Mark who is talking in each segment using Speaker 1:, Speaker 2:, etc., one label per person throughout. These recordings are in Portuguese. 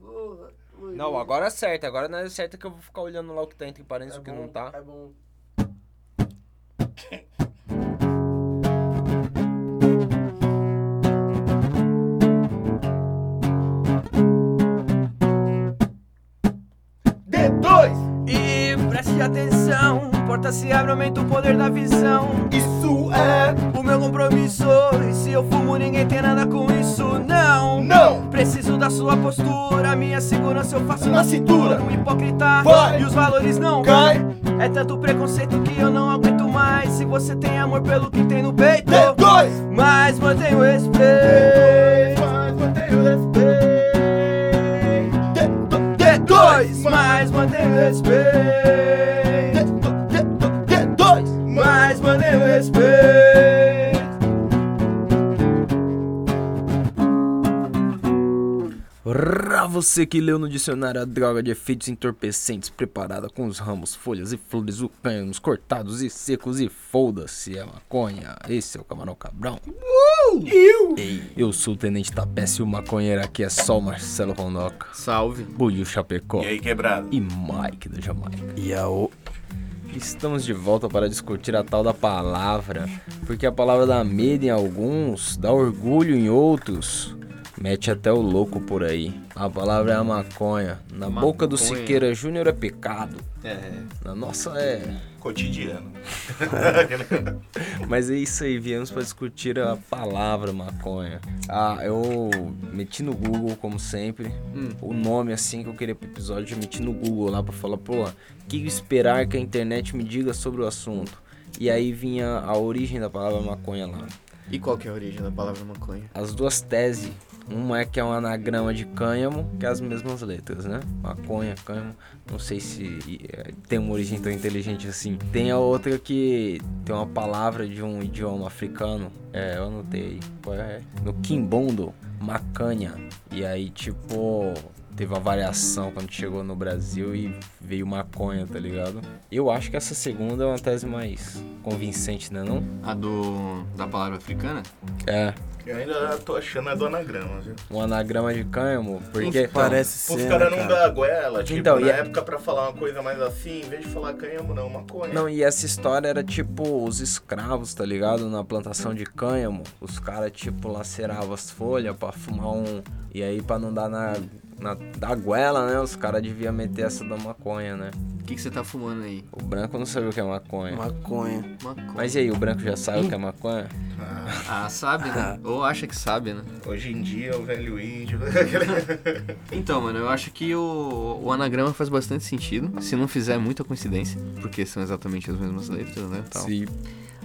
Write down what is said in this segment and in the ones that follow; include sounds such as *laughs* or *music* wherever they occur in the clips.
Speaker 1: É
Speaker 2: Não, agora acerta. Agora não é certo que eu vou ficar olhando lá o que tá entre parênteses e
Speaker 1: é
Speaker 2: o que
Speaker 1: bom,
Speaker 2: não tá.
Speaker 1: É bom. D2!
Speaker 3: E preste atenção, portas se abrem, aumenta o poder da visão.
Speaker 1: Isso é
Speaker 3: O meu compromisso, e se eu fumo, ninguém tem nada com isso, não.
Speaker 1: não!
Speaker 3: Preciso da sua postura, minha segurança eu faço
Speaker 1: Na cintura.
Speaker 3: Um hipócrita,
Speaker 1: Vai.
Speaker 3: e os valores não
Speaker 1: Cai!
Speaker 3: É tanto preconceito que eu não aguento mais. Se você tem amor pelo que tem no peito,
Speaker 1: D2!
Speaker 3: mas mantenha o respeito.
Speaker 1: Mas mantenha o respeito.
Speaker 3: D2,
Speaker 1: D2!
Speaker 3: mas mantenha o respeito.
Speaker 1: D2!
Speaker 3: Mas mantenha o respeito.
Speaker 2: Rá, você que leu no dicionário a droga de efeitos entorpecentes preparada com os ramos, folhas e flores, ucanos cortados e secos e folda-se a maconha. Esse é o Camarão Cabrão. Ei, eu sou o Tenente Tapece e o maconheiro aqui é só o Marcelo Rondoca,
Speaker 4: Salve.
Speaker 2: Buiu Chapecó
Speaker 4: E aí, quebrado?
Speaker 2: e Mike da Jamaica. E ao Estamos de volta para discutir a tal da palavra, porque a palavra dá medo em alguns, dá orgulho em outros, mete até o louco por aí. A palavra é a maconha. Na boca do
Speaker 4: Maconha.
Speaker 2: Siqueira Júnior é pecado,
Speaker 4: É,
Speaker 2: na nossa é.
Speaker 4: cotidiano.
Speaker 2: *laughs* Mas é isso aí, viemos para discutir a palavra maconha. Ah, eu meti no Google, como sempre,
Speaker 4: Hum.
Speaker 2: o nome assim que eu queria pro episódio, eu meti no Google lá pra falar, pô, o que esperar que a internet me diga sobre o assunto? E aí vinha a origem da palavra maconha lá.
Speaker 4: E qual que é a origem da palavra maconha?
Speaker 2: As duas teses, uma é que é um anagrama de cânhamo, que é as mesmas letras, né? Maconha, cânhamo, não sei se eh, tem uma origem tão inteligente assim. Tem a outra que tem uma palavra de um idioma africano, é, eu anotei, qual é? No Kimbondo, macanha. E aí, tipo, teve uma variação quando chegou no Brasil e veio maconha, tá ligado? Eu acho que essa segunda é uma tese mais convincente, né não?
Speaker 4: A do. da palavra africana?
Speaker 2: É,
Speaker 5: Eu ainda tô achando a do anagrama, viu?
Speaker 2: um anagrama de cânhamo, porque...
Speaker 6: Parece
Speaker 5: Pô, Os
Speaker 6: ser.
Speaker 5: caras
Speaker 6: né,
Speaker 5: não
Speaker 6: cara?
Speaker 5: dão a goela, tipo,
Speaker 2: Então,
Speaker 5: na
Speaker 2: e a-
Speaker 5: época pra falar uma coisa mais assim, em vez de falar canhamo, não, maconha.
Speaker 2: Não, e essa história era tipo os escravos, tá ligado? Na plantação de cânhamo, os caras tipo laceravam as folhas pra fumar um. E aí pra não dar na, na da goela, né? Os caras deviam meter essa da maconha, né?
Speaker 4: O que, que você tá fumando aí?
Speaker 2: O branco não sabia o que é maconha.
Speaker 6: Maconha.
Speaker 4: Maconha.
Speaker 2: Mas e aí, o branco já sabe o que é maconha?
Speaker 5: Ah,
Speaker 4: Ah, sabe, né? Ou acha que sabe, né?
Speaker 5: hoje em dia, o velho índio... *laughs*
Speaker 4: Então, mano, eu acho que o, o anagrama faz bastante sentido. Se não fizer é muita coincidência, porque são exatamente as mesmas letras, né?
Speaker 6: Então.
Speaker 4: Tal.
Speaker 2: Sim.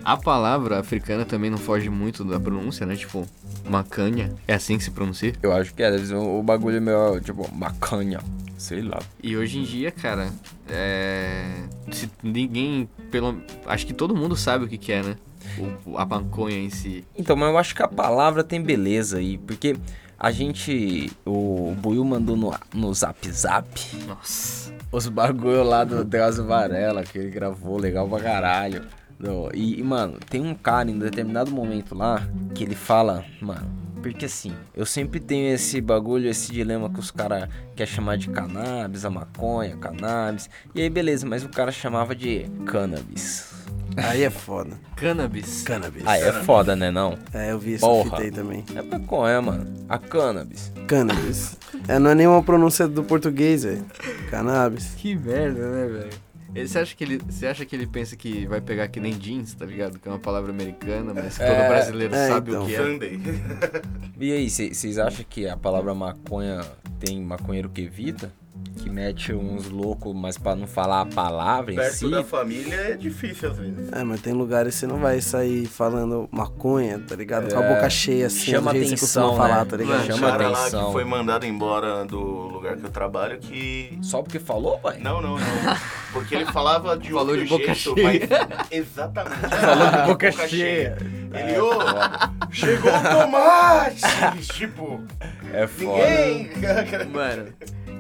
Speaker 4: A palavra africana também não foge muito da pronúncia, né? Tipo, macanha. É assim que se pronuncia.
Speaker 2: Eu acho que é, deve ser o o bagulho meu, tipo, maconha. Sei lá.
Speaker 4: E hoje em dia, cara, é. Se ninguém. Pelo... Acho que todo mundo sabe o que, que é, né? O, a maconha em si.
Speaker 2: Então, mas eu acho que a palavra tem beleza aí, porque a gente. O Buiu mandou no, no zap zap.
Speaker 4: Nossa.
Speaker 2: os bagulho lá do Drauzio Varela, que ele gravou legal pra caralho. Do- E, e, mano, tem um cara em determinado momento lá que ele fala, mano, porque assim, eu sempre tenho esse bagulho, esse dilema que os caras querem chamar de cannabis, a maconha, cannabis. E aí, beleza, mas o cara chamava de cannabis.
Speaker 6: Aí é foda.
Speaker 4: Cannabis.
Speaker 6: Cannabis.
Speaker 2: Ah, é foda, né, não?
Speaker 6: É, eu vi essa
Speaker 2: Porra.
Speaker 6: fita aí também.
Speaker 2: É maconha, mano. A cannabis.
Speaker 6: Cannabis. é, não é nenhuma pronúncia do português, velho. Cannabis.
Speaker 4: Que merda, né, velho? Ele- Você acha, que ele, você acha que ele pensa que vai pegar que nem jeans, tá ligado? Que é uma palavra americana, mas todo
Speaker 2: É,
Speaker 4: brasileiro
Speaker 6: é,
Speaker 4: sabe
Speaker 6: então.
Speaker 4: o que é.
Speaker 5: Sunday.
Speaker 2: E aí, vocês acham que a palavra maconha tem maconheiro que evita? Que mete uns loucos, mas pra não falar a palavra em
Speaker 5: Perto
Speaker 2: si?
Speaker 5: da família é difícil, às vezes.
Speaker 6: É, mas tem lugares que você não vai sair falando maconha, tá ligado? Com a boca cheia, assim,
Speaker 2: Chama
Speaker 6: do jeito que você
Speaker 2: atenção,
Speaker 6: costuma falar,
Speaker 2: né?
Speaker 6: tá
Speaker 5: Mano,
Speaker 6: ligado?
Speaker 2: Chama
Speaker 5: o cara lá
Speaker 2: atenção.
Speaker 5: que foi mandado embora do lugar que eu trabalho que...
Speaker 2: Só porque falou, pai?
Speaker 5: Não, não, não. Porque ele falava de
Speaker 4: Falou
Speaker 5: outro
Speaker 4: de boca
Speaker 5: jeito,
Speaker 4: cheia.
Speaker 5: mas... Exatamente.
Speaker 2: Falou de boca cheia.
Speaker 5: Ele, ô, chegou o tomate! tipo,
Speaker 2: É foda.
Speaker 5: ninguém... *laughs*
Speaker 4: Mano,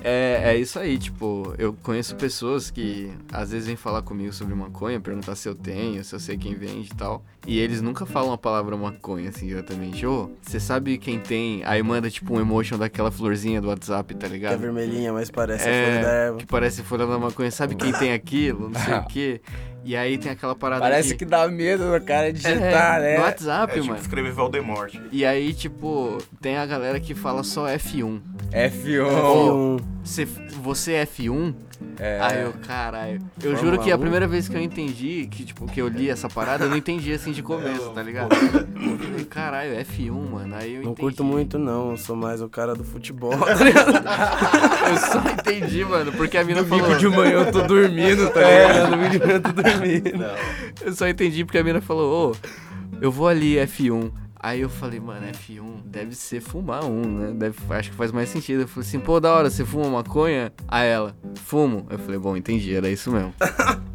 Speaker 4: é, é isso aí, tipo, eu conheço pessoas que às vezes vêm falar comigo sobre maconha, perguntar se eu tenho, se eu sei quem vende e tal. E eles nunca falam a palavra maconha, assim, diretamente. Ô, você sabe quem tem? Aí manda, tipo, um emotion daquela florzinha do WhatsApp, tá
Speaker 6: Que é
Speaker 4: ligado?
Speaker 6: vermelhinha, mas parece a
Speaker 4: É,
Speaker 6: folha da erva.
Speaker 4: que parece folha da maconha. Sabe quem tem aquilo? Não sei o quê. E aí tem aquela parada
Speaker 2: Parece que dá medo na cara de digitar,
Speaker 4: é,
Speaker 2: né?
Speaker 4: No WhatsApp,
Speaker 5: É tipo
Speaker 4: mano.
Speaker 5: escrever Valdemort.
Speaker 4: E aí, tipo, tem a galera que fala só F1.
Speaker 6: É
Speaker 2: F1.
Speaker 6: Tem
Speaker 4: Cê- você é F1?
Speaker 2: É.
Speaker 4: Aí eu, caralho. Eu
Speaker 6: Vamos
Speaker 4: juro
Speaker 6: lá,
Speaker 4: que a
Speaker 6: um.
Speaker 4: primeira vez que eu entendi, que, tipo, que eu li essa parada, eu não entendi assim
Speaker 5: *laughs* É,
Speaker 4: de começo, tá ligado? Eu falei, Caralho, F1, mano. Aí eu
Speaker 6: Não
Speaker 4: entendi.
Speaker 6: curto muito, não. Eu sou mais o cara do futebol, tá ligado?
Speaker 4: Eu só entendi, mano, porque a mina falou. É,
Speaker 2: Domingo de manhã eu tô dormindo,
Speaker 4: *laughs*
Speaker 2: tá ligado? Domingo de manhã eu tô dormindo.
Speaker 4: Eu só entendi porque a mina falou, ô, eu vou ali, F1. Aí eu falei, mano, F1 deve ser fumar um, né? Deve- acho que faz mais sentido. Eu falei assim, pô, da hora, você fuma maconha? Aí ela, fumo. Eu falei, bom, entendi, era
Speaker 2: *laughs*
Speaker 4: isso mesmo.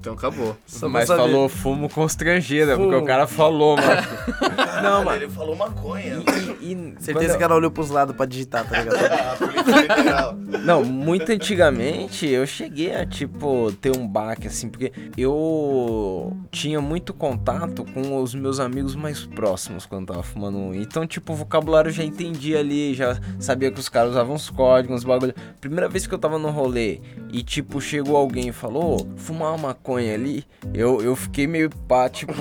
Speaker 4: então acabou.
Speaker 6: Só pra
Speaker 2: Mas
Speaker 6: saber.
Speaker 2: falou fumo constrangida, porque
Speaker 6: Fumo.
Speaker 2: o cara falou, mano.
Speaker 6: *laughs* Não,
Speaker 5: Mano,
Speaker 6: mano.
Speaker 5: ele falou maconha. *laughs*
Speaker 2: E- e-
Speaker 6: Certeza que ela olhou pros lados pra digitar, tá ligado?
Speaker 5: A Polícia Federal.
Speaker 2: Não, muito antigamente eu cheguei a, tipo, ter um baque, assim, porque eu tinha muito contato com os meus amigos mais próximos quando tava fumando um. Então, tipo, o vocabulário eu já entendia ali, já sabia que os caras usavam os códigos, os bagulho. Primeira vez que eu tava no rolê e, tipo, chegou alguém e falou, "Ô, fumar uma maconha ali, eu, eu fiquei meio pá, tipo,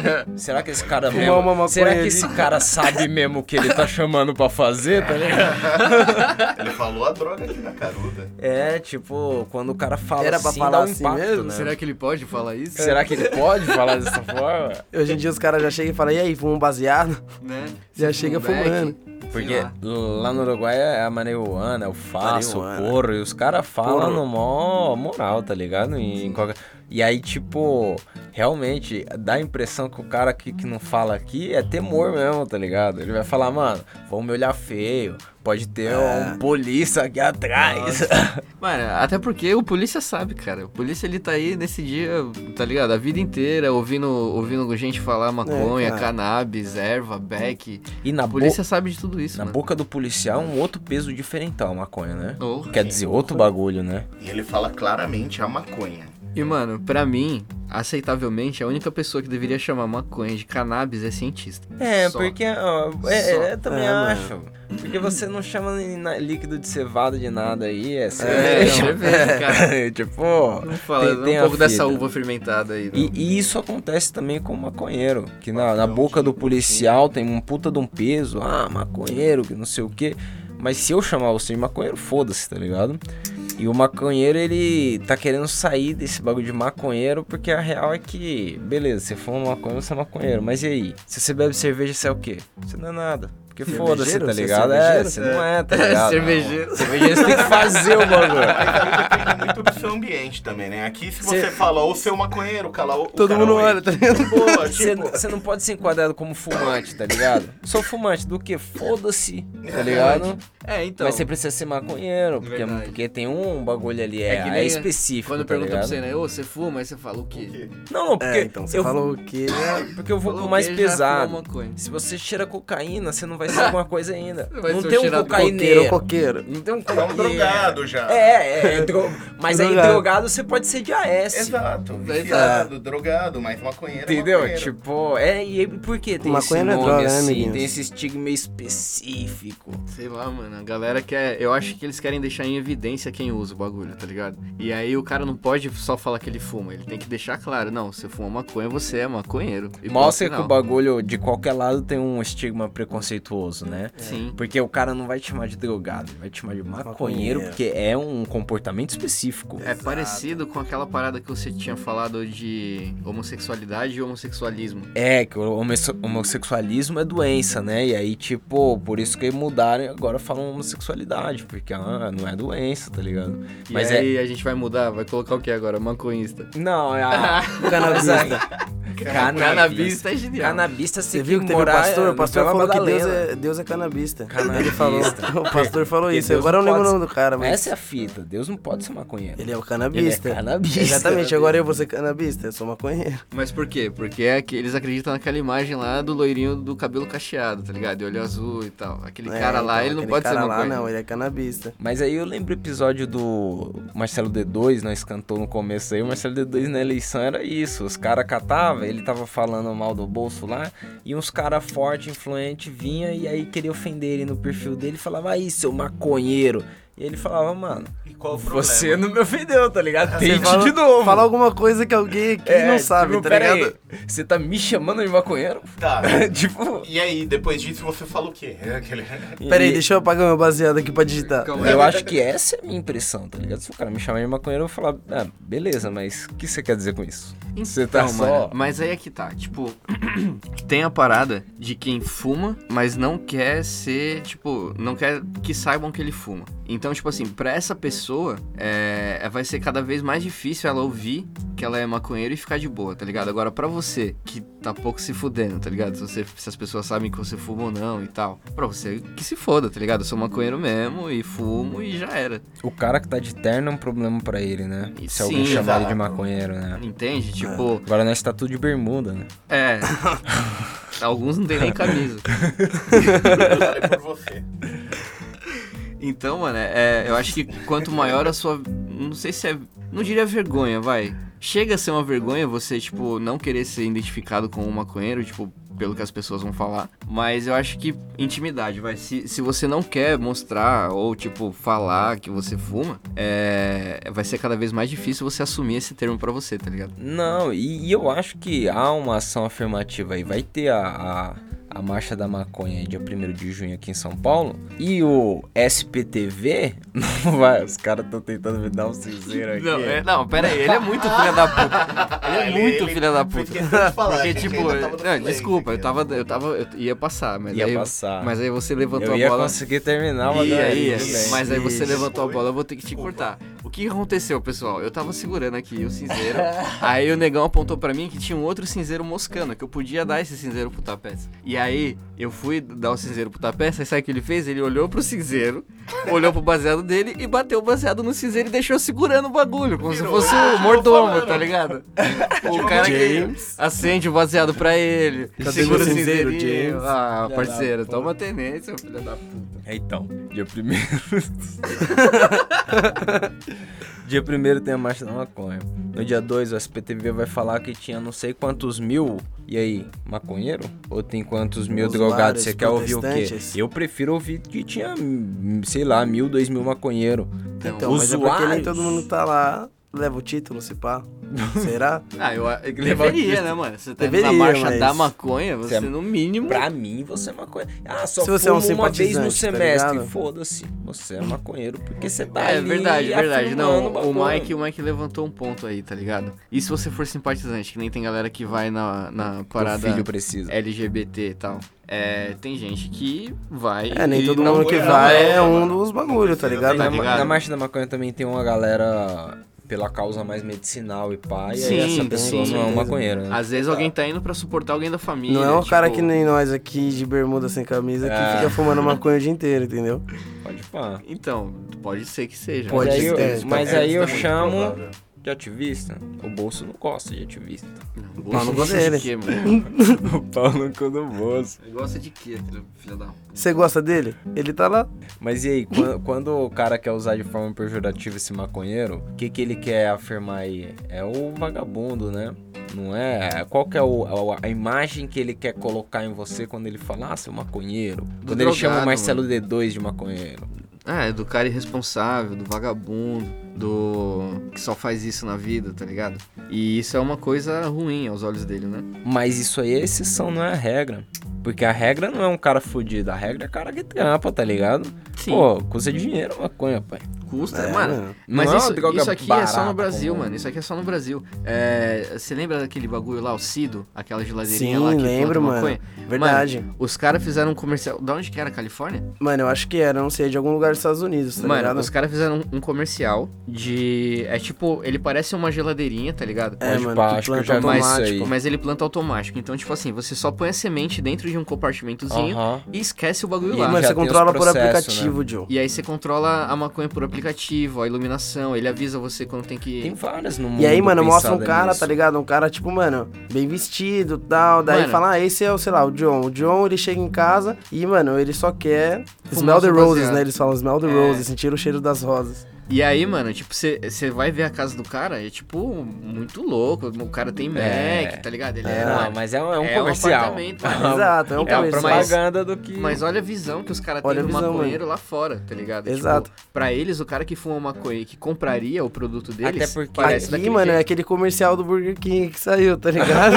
Speaker 6: *laughs*
Speaker 2: será que esse cara
Speaker 6: Fumar
Speaker 2: mesmo-
Speaker 6: uma maconha
Speaker 2: será que
Speaker 6: ali.
Speaker 2: esse cara sabe mesmo o que ele tá chamando pra fazer, tá ligado?
Speaker 5: Ele falou a droga aqui na caruda.
Speaker 2: É, tipo, quando o cara fala
Speaker 6: Era pra
Speaker 2: assim,
Speaker 6: falar
Speaker 2: dá um
Speaker 6: assim
Speaker 2: impacto,
Speaker 6: mesmo?
Speaker 2: né?
Speaker 4: Será que ele pode falar isso?
Speaker 2: Será que ele pode falar
Speaker 6: *laughs*
Speaker 2: dessa forma?
Speaker 6: Hoje em dia os caras já chegam e falam, e aí, fumam baseado?
Speaker 4: Né?
Speaker 6: Já
Speaker 4: Se
Speaker 6: chega
Speaker 4: for um beck,
Speaker 6: fumando.
Speaker 4: sei
Speaker 2: Porque
Speaker 4: lá.
Speaker 2: lá no Uruguai é a marihuana, é o faço, o
Speaker 6: Marihuana.
Speaker 2: porro, e os caras falam
Speaker 6: Ah, Porro.
Speaker 2: no mó moral, tá ligado? E, em qualquer- e aí, tipo, realmente dá a impressão que o cara que, que não fala aqui é temor mesmo, tá ligado? Ele vai falar, mano, vão me olhar feio, pode
Speaker 6: É.
Speaker 2: ter um polícia aqui atrás.
Speaker 4: Mano, até porque o polícia sabe, cara. O polícia ele tá aí nesse dia, tá ligado? A vida inteira ouvindo, ouvindo gente falar maconha,
Speaker 6: cara.
Speaker 4: cannabis, erva, beck.
Speaker 2: *laughs* E É, na,
Speaker 4: A
Speaker 2: bo-
Speaker 4: polícia sabe de tudo isso,
Speaker 6: é
Speaker 2: na
Speaker 4: mano.
Speaker 2: boca do policial, um outro peso diferentão, a maconha, né?
Speaker 4: Oh.
Speaker 2: Quer dizer, outro bagulho, né?
Speaker 5: E ele fala claramente a maconha.
Speaker 4: E, mano, pra mim, aceitavelmente, a única pessoa que deveria chamar maconha de cannabis é cientista.
Speaker 2: É,
Speaker 4: Só.
Speaker 2: porque. ó, é,
Speaker 4: Só.
Speaker 2: é, eu também
Speaker 6: É, mano.
Speaker 2: acho. Porque você não chama nem na- líquido de cevada de nada aí, é
Speaker 4: É,
Speaker 2: cerveja.
Speaker 4: não, cerveja, cara.
Speaker 2: *laughs* tipo.
Speaker 4: Não fala,
Speaker 2: tem,
Speaker 4: tem,
Speaker 2: tem
Speaker 4: um
Speaker 2: a
Speaker 4: pouco dessa
Speaker 2: fita.
Speaker 4: uva fermentada aí. né? não.
Speaker 2: E, e isso acontece também com o maconheiro, que na, na boca do policial tem um puta de um peso, ah, maconheiro, que não sei o quê. Mas se eu chamar você de maconheiro, foda-se, tá ligado? E o maconheiro, ele tá querendo sair desse bagulho de maconheiro, porque a real é que, beleza, você fuma maconheiro, você é maconheiro, mas e aí? Se você bebe cerveja, você é o quê? Você não é nada. Porque foda-se,
Speaker 6: Cervejeiro?
Speaker 2: tá
Speaker 6: Você é
Speaker 2: ligado? É,
Speaker 6: cervejeiro?
Speaker 2: você não é, *laughs*
Speaker 6: *laughs*
Speaker 2: tá ligado?
Speaker 4: Cervejeiro.
Speaker 2: Cervejeiro, você tem que fazer o bagulho.
Speaker 5: Mas também depende muito do seu ambiente também, né? Aqui, se você falar o seu maconheiro, cala o. o
Speaker 6: Todo
Speaker 5: cara
Speaker 6: mundo
Speaker 5: vai.
Speaker 6: olha, tá ligado?
Speaker 2: *laughs*
Speaker 5: Boa,
Speaker 2: Você
Speaker 5: tipo.
Speaker 2: você não pode ser enquadrado como fumante, tá ligado? Sou fumante do que? Foda-se, tá ligado?
Speaker 4: É, então. É
Speaker 2: Mas você precisa ser maconheiro, porque,
Speaker 4: Verdade.
Speaker 2: porque tem um bagulho ali, é,
Speaker 4: É que
Speaker 2: é
Speaker 4: nem
Speaker 2: específico.
Speaker 4: Quando
Speaker 2: tá
Speaker 4: pergunta pra
Speaker 2: ligado?
Speaker 4: você, né? Ô, você fuma? Aí você fala o quê?
Speaker 2: Não, não, porque,
Speaker 6: É, então, você
Speaker 2: eu,
Speaker 6: falou o quê?
Speaker 2: porque eu vou
Speaker 4: Falou
Speaker 2: pro
Speaker 4: o
Speaker 2: mais
Speaker 4: quê? Já fumou
Speaker 2: pesado.
Speaker 4: maconha.
Speaker 2: Se você cheira cocaína, você não
Speaker 4: *laughs*
Speaker 2: vai ser alguma coisa ainda.
Speaker 4: Você vai
Speaker 2: Não
Speaker 4: ser
Speaker 2: tem um
Speaker 4: cheirado de
Speaker 6: Coqueiro,
Speaker 2: cocaineiro.
Speaker 6: coqueiro.
Speaker 2: Não tem um
Speaker 5: Tá um
Speaker 2: cocaíneiro.
Speaker 5: drogado já.
Speaker 2: É, é, é dro- mas aí
Speaker 6: Drogado.
Speaker 2: drogado você pode ser de AS.
Speaker 5: Exato, viciado, drogado, mas maconheiro. é
Speaker 2: Entendeu?
Speaker 5: maconheiro.
Speaker 2: Tipo, é, e por que tem esse
Speaker 6: Maconha não
Speaker 2: nome
Speaker 6: é droga, né,
Speaker 2: assim?
Speaker 6: amiguinhos?
Speaker 2: tem esse estigma meio específico.
Speaker 4: Sei lá, mano. A galera quer. Eu acho que eles querem deixar em evidência quem usa o bagulho, tá ligado? E aí o cara não pode só falar que ele fuma. Ele tem que deixar claro: não, você fuma maconha, você é maconheiro. E
Speaker 2: Mostra
Speaker 4: ponto
Speaker 2: que
Speaker 4: final.
Speaker 2: o bagulho de qualquer lado tem um estigma preconceituoso, né?
Speaker 4: É. Sim.
Speaker 2: Porque o cara não vai te chamar de drogado, ele vai te chamar de maconheiro,
Speaker 6: Maconheiro.
Speaker 2: porque é um comportamento específico.
Speaker 4: É parecido com aquela parada que você tinha falado de homossexualidade e homossexualismo.
Speaker 2: É, que o homosse- homossexualismo é doença, né? E aí, tipo, por isso que mudaram e agora falam homossexualidade, porque ah, não é doença, tá ligado?
Speaker 4: E
Speaker 2: Mas
Speaker 6: é-
Speaker 4: aí a gente vai mudar, vai colocar o que agora? Maconhista.
Speaker 6: *laughs*
Speaker 2: é. Não, é. a-
Speaker 6: Canabista.
Speaker 2: Mas aí-
Speaker 6: Ah,
Speaker 4: Cannabis tá genial.
Speaker 2: Canabista se
Speaker 6: Você viu que teve um
Speaker 2: morar é,
Speaker 6: pastor? O
Speaker 2: no
Speaker 6: pastor
Speaker 2: Vila
Speaker 6: falou que Deus
Speaker 2: Madalena.
Speaker 6: é, Deus é canabista.
Speaker 2: Canabista.
Speaker 6: Ele falou, o pastor falou
Speaker 2: Porque
Speaker 6: isso.
Speaker 2: Deus
Speaker 6: Agora eu não
Speaker 2: pode
Speaker 6: lembro o
Speaker 2: ser-
Speaker 6: nome do cara, mas
Speaker 2: Essa é a fita. Deus não pode ser maconheiro.
Speaker 6: ele é o canabista.
Speaker 2: Ele é canabista.
Speaker 6: Exatamente, agora eu vou ser canabista, eu sou maconheiro.
Speaker 4: Mas por quê? Porque é que eles acreditam naquela imagem lá do loirinho do cabelo cacheado, tá ligado? De olho azul e tal. Aquele
Speaker 6: É,
Speaker 4: cara
Speaker 6: então,
Speaker 4: lá, ele não
Speaker 6: aquele
Speaker 4: pode ser
Speaker 6: cara lá
Speaker 4: maconha.
Speaker 6: não, ele é canabista.
Speaker 2: Mas aí eu lembro o episódio do Marcelo D2, nós cantou no começo aí, o Marcelo D2 na eleição era isso, os caras catavam, ele tava falando mal do bolso lá, e uns caras forte, influente vinha e aí queria ofender ele no perfil dele e falava, aí seu maconheiro. E ele falava, mano,
Speaker 5: E qual o problema?
Speaker 2: você não me ofendeu, tá ligado? Tente
Speaker 6: Fala-
Speaker 2: de novo.
Speaker 6: Fala alguma coisa que alguém aqui
Speaker 2: É,
Speaker 6: não sabe,
Speaker 2: tipo,
Speaker 6: tá
Speaker 2: "Pera
Speaker 6: ligado?
Speaker 2: aí, Você tá me chamando de maconheiro? *laughs*
Speaker 5: Tá.
Speaker 2: tipo...
Speaker 5: E aí, depois disso você fala o quê? *laughs*
Speaker 2: *laughs*
Speaker 5: Aquele-
Speaker 6: Pera aí, deixa eu apagar meu baseado aqui pra digitar.
Speaker 4: Calma aí.
Speaker 2: Eu acho que essa é a minha impressão, tá ligado? Se o cara me chamar de maconheiro, eu vou falar, ah, beleza, mas o que você quer dizer com isso? Você tá
Speaker 4: Então,
Speaker 2: só.
Speaker 4: mano, Mas aí é que tá, tipo, *clears throat* tem a parada de quem fuma, mas não quer ser, tipo, não quer que saibam que ele fuma. Então, tipo assim, pra essa pessoa, é, vai ser cada vez mais difícil ela ouvir que ela é maconheiro e ficar de boa, tá ligado? Agora, pra você, que tá pouco se fudendo, tá ligado? Se, você- se as pessoas sabem que você fuma ou não e tal. Pra você, que se foda, tá ligado? Eu sou maconheiro mesmo e fumo e já era.
Speaker 2: O cara que tá de terno é um problema pra ele, né?
Speaker 4: E
Speaker 2: Se alguém
Speaker 4: sim,
Speaker 2: chamar ele de
Speaker 5: exato.
Speaker 2: maconheiro, né?
Speaker 4: Entende? Tipo,
Speaker 2: Agora nós tá tudo de bermuda, né? *laughs*
Speaker 4: é. Alguns não tem nem camisa.
Speaker 5: Eu falei por você.
Speaker 4: Então, mano, é, eu acho que quanto maior a sua. Não sei se é. Não diria vergonha, vai. Chega a ser uma vergonha você, tipo, não querer ser identificado como um maconheiro, tipo, pelo que as pessoas vão falar. Mas eu acho que intimidade, vai. Se, se você não quer mostrar ou, tipo, falar que você fuma, é, vai ser cada vez mais difícil você assumir esse termo pra você, tá ligado?
Speaker 2: Não, e, e eu acho que há uma ação afirmativa aí. Vai ter a, a, a Marcha da Maconha aí, dia 1 de junho aqui em São Paulo. E o SPTV. *laughs* Não vai, os caras estão tentando me dar um cinzeiro aqui.
Speaker 4: Não, é, não, pera aí, ele é muito filha da puta. Ele é
Speaker 5: Ele-
Speaker 4: muito
Speaker 5: ele-
Speaker 4: filha da
Speaker 5: Foi
Speaker 4: puta.
Speaker 5: esquecendo de falar,
Speaker 4: Porque,
Speaker 5: gente,
Speaker 4: tipo,
Speaker 5: ainda tava no
Speaker 4: não,
Speaker 5: silêncio
Speaker 4: desculpa, eu
Speaker 5: aqui, né?
Speaker 4: tava, eu tava, eu ia passar, mas
Speaker 2: Ia
Speaker 4: aí,
Speaker 2: passar.
Speaker 4: mas aí você levantou
Speaker 2: Eu ia
Speaker 4: a bola. assim,
Speaker 2: conseguir terminar, mas
Speaker 4: Ia,
Speaker 2: não, é,
Speaker 4: ia,
Speaker 2: tudo
Speaker 4: ia.
Speaker 2: bem.
Speaker 4: mas aí você
Speaker 5: Isso.
Speaker 4: levantou a
Speaker 5: Foi.
Speaker 4: bola, eu vou ter que te cortar. O que aconteceu, pessoal? Eu tava segurando aqui o cinzeiro, aí o negão apontou pra mim que tinha um outro cinzeiro moscando, que eu podia dar esse cinzeiro pro tapete. E aí eu fui dar o cinzeiro pro tapete, aí sabe o que ele fez? Ele olhou pro cinzeiro, olhou pro baseado dele e bateu o baseado no cinzeiro e deixou segurando o bagulho, como
Speaker 5: Virou.
Speaker 4: se fosse
Speaker 5: Ah,
Speaker 4: o
Speaker 5: tô
Speaker 4: mordomo,
Speaker 5: falando.
Speaker 4: tá ligado? O cara que acende o baseado pra ele,
Speaker 6: Cadê
Speaker 4: segura o
Speaker 6: meu cinzeiro,
Speaker 4: cinzeirinho.
Speaker 6: James?
Speaker 4: Ah,
Speaker 2: da
Speaker 4: parceiro,
Speaker 2: puta.
Speaker 4: toma tenência, filho da puta.
Speaker 2: É, Então, dia primeiro. *laughs* dia primeiro tem a marcha da maconha. No dia 2, o SPTV vai falar que tinha não sei quantos mil. E aí, maconheiro? Ou tem quantos mil
Speaker 6: Usuários,
Speaker 2: drogados? Você quer ouvir o quê?
Speaker 6: protestantes.
Speaker 2: Eu prefiro ouvir que tinha, hum, sei lá, mil, dois mil maconheiro.
Speaker 6: Então, mas é porque nem
Speaker 2: usuários.
Speaker 6: todo mundo tá lá, leva o título, se pá. Será?
Speaker 4: Ah, eu,
Speaker 6: é
Speaker 4: eu
Speaker 2: levar o
Speaker 4: deveria, né, mano? Você tá indo na
Speaker 6: Deveria,
Speaker 4: marcha
Speaker 6: mas-
Speaker 4: da maconha, você
Speaker 2: Você é-
Speaker 4: no mínimo.
Speaker 2: Pra mim, você é maconheiro. Ah, só
Speaker 6: Se você é um
Speaker 2: fumo uma vez no
Speaker 6: simpatizante, tá
Speaker 2: semestre.
Speaker 6: ligado?
Speaker 2: Foda-se. Você é maconheiro porque você tá
Speaker 4: É
Speaker 2: ali
Speaker 4: verdade, verdade. Não,
Speaker 2: afirmando
Speaker 4: o
Speaker 2: bagulho.
Speaker 4: Mike, o Mike levantou um ponto aí, tá ligado? E se você for simpatizante, que nem tem galera que vai na, na
Speaker 2: Teu
Speaker 4: parada
Speaker 2: filho precisa.
Speaker 4: LGBT e tal. É, tem gente que vai.
Speaker 6: É, nem
Speaker 4: e
Speaker 6: todo
Speaker 4: não
Speaker 6: mundo que
Speaker 4: aguenta,
Speaker 6: vai
Speaker 4: não.
Speaker 6: é um dos bagulhos, tá ligado?
Speaker 4: tá
Speaker 2: Na,
Speaker 4: ligado?
Speaker 2: na Marcha da Maconha também tem uma galera pela causa mais medicinal e pá, e
Speaker 4: Sim,
Speaker 2: aí essa
Speaker 4: sim,
Speaker 2: pessoa
Speaker 4: sim.
Speaker 2: não é um maconheiro, né?
Speaker 4: Às vezes alguém tá indo pra suportar alguém da família.
Speaker 6: Não é um
Speaker 4: tipo,
Speaker 6: cara que nem nós aqui, de bermuda sem camisa, que
Speaker 2: É.
Speaker 6: fica fumando maconha o dia inteiro, entendeu?
Speaker 2: Pode pá.
Speaker 4: Então, pode ser que seja.
Speaker 2: Mas
Speaker 6: Pode
Speaker 2: aí,
Speaker 6: ser,
Speaker 2: eu,
Speaker 6: tá
Speaker 2: mas
Speaker 6: certo,
Speaker 2: aí eu
Speaker 5: tá muito
Speaker 2: chamo
Speaker 5: provável.
Speaker 2: de ativista. O bolso não gosta de ativista. *laughs*
Speaker 4: Não,
Speaker 6: Mas não
Speaker 4: gosta
Speaker 6: dele.
Speaker 4: de quê,
Speaker 6: *laughs*
Speaker 4: mano?
Speaker 2: O pau no cu do bolso.
Speaker 4: Gosta de quê, filho da
Speaker 6: Você gosta dele? Ele tá lá.
Speaker 2: Mas e aí, quando, quando o cara quer usar de forma pejorativa esse maconheiro, o que, que ele quer afirmar aí? É o vagabundo, né? Não é? Qual que é o- a, a imagem que ele quer colocar em você quando ele fala, ah, seu maconheiro? Quando ele chama o
Speaker 4: drogado,
Speaker 2: Marcelo D2 de maconheiro.
Speaker 4: Ah, é do cara irresponsável, do vagabundo, do. que só faz isso na vida, tá ligado? E isso é uma coisa ruim aos olhos dele, né?
Speaker 2: Mas isso aí é exceção, não é a regra. Porque a regra não é um cara fudido, a regra é cara que trampa, tá ligado? Pô, custa dinheiro maconha, pai.
Speaker 4: custa.
Speaker 6: É,
Speaker 4: mano,
Speaker 6: mano.
Speaker 4: mas
Speaker 2: Não é uma
Speaker 4: isso,
Speaker 2: droga
Speaker 4: isso aqui é só
Speaker 2: barata,
Speaker 4: no Brasil,
Speaker 6: né?
Speaker 2: como-
Speaker 4: mano. Isso aqui é só no Brasil. É, você lembra daquele bagulho lá, o Cido? Aquela geladeirinha
Speaker 6: Sim,
Speaker 4: lá que planta
Speaker 6: lembro, mano.
Speaker 4: maconha?
Speaker 6: Verdade.
Speaker 4: Mano, os caras fizeram um comercial. Da onde que era? Califórnia?
Speaker 6: Mano, eu acho que era, não sei, de algum lugar dos Estados Unidos, tá
Speaker 4: Mano,
Speaker 6: ligado?
Speaker 4: os caras fizeram um, um comercial de. É tipo, ele parece uma geladeirinha, tá ligado?
Speaker 6: É,
Speaker 2: Pode
Speaker 6: mano,
Speaker 2: pá,
Speaker 6: que
Speaker 2: acho que eu
Speaker 6: planta
Speaker 2: já vi isso
Speaker 6: automático.
Speaker 2: aí.
Speaker 4: Mas ele planta automático. Então, tipo assim, você só põe a semente dentro de um compartimentozinho
Speaker 2: Aham.
Speaker 4: e esquece o bagulho
Speaker 2: E,
Speaker 6: E,
Speaker 4: lá.
Speaker 6: mano,
Speaker 2: já
Speaker 6: você
Speaker 2: tem os
Speaker 6: controla por
Speaker 2: processos, né?
Speaker 6: aplicativo, Joe.
Speaker 4: E aí você controla a maconha por aplicativo, a iluminação, ele avisa você quando tem que.
Speaker 2: Tem um várias no mundo.
Speaker 6: E aí, mano, mostra um
Speaker 2: pensada
Speaker 6: cara,
Speaker 2: nisso.
Speaker 6: tá ligado? Um cara, tipo, mano, bem vestido e tal. Daí
Speaker 4: Mano.
Speaker 6: fala, ah, esse é o, sei lá, o John. O John, ele chega em casa e, mano, ele só quer
Speaker 4: Fumar
Speaker 6: smell the
Speaker 4: um
Speaker 6: roses,
Speaker 4: baseado.
Speaker 6: né? Eles falam smell the
Speaker 4: É.
Speaker 6: roses, sentir o cheiro das rosas.
Speaker 4: E aí, mano, tipo, você vai ver a casa do cara, é tipo, muito louco. O cara tem Mac,
Speaker 2: É.
Speaker 4: tá ligado? Ele é.
Speaker 2: É, não, mas é um, é um
Speaker 4: é um
Speaker 2: comercial.
Speaker 4: apartamento,
Speaker 2: Ah,
Speaker 6: Exato, é
Speaker 2: *laughs* é
Speaker 6: um
Speaker 2: uma
Speaker 6: comercial.
Speaker 2: propaganda do que.
Speaker 4: Mas olha a visão que os caras têm
Speaker 6: Olha a
Speaker 4: do
Speaker 6: visão,
Speaker 4: maconheiro lá fora, tá ligado? Tipo,
Speaker 6: Exato.
Speaker 4: pra eles, o cara que fuma maconha e que compraria o produto deles,
Speaker 2: Até porque-
Speaker 4: parece
Speaker 6: Aqui,
Speaker 4: daquele
Speaker 6: mano, é
Speaker 4: jeito.
Speaker 6: aquele comercial do Burger King que saiu, tá
Speaker 2: *laughs*
Speaker 6: ligado?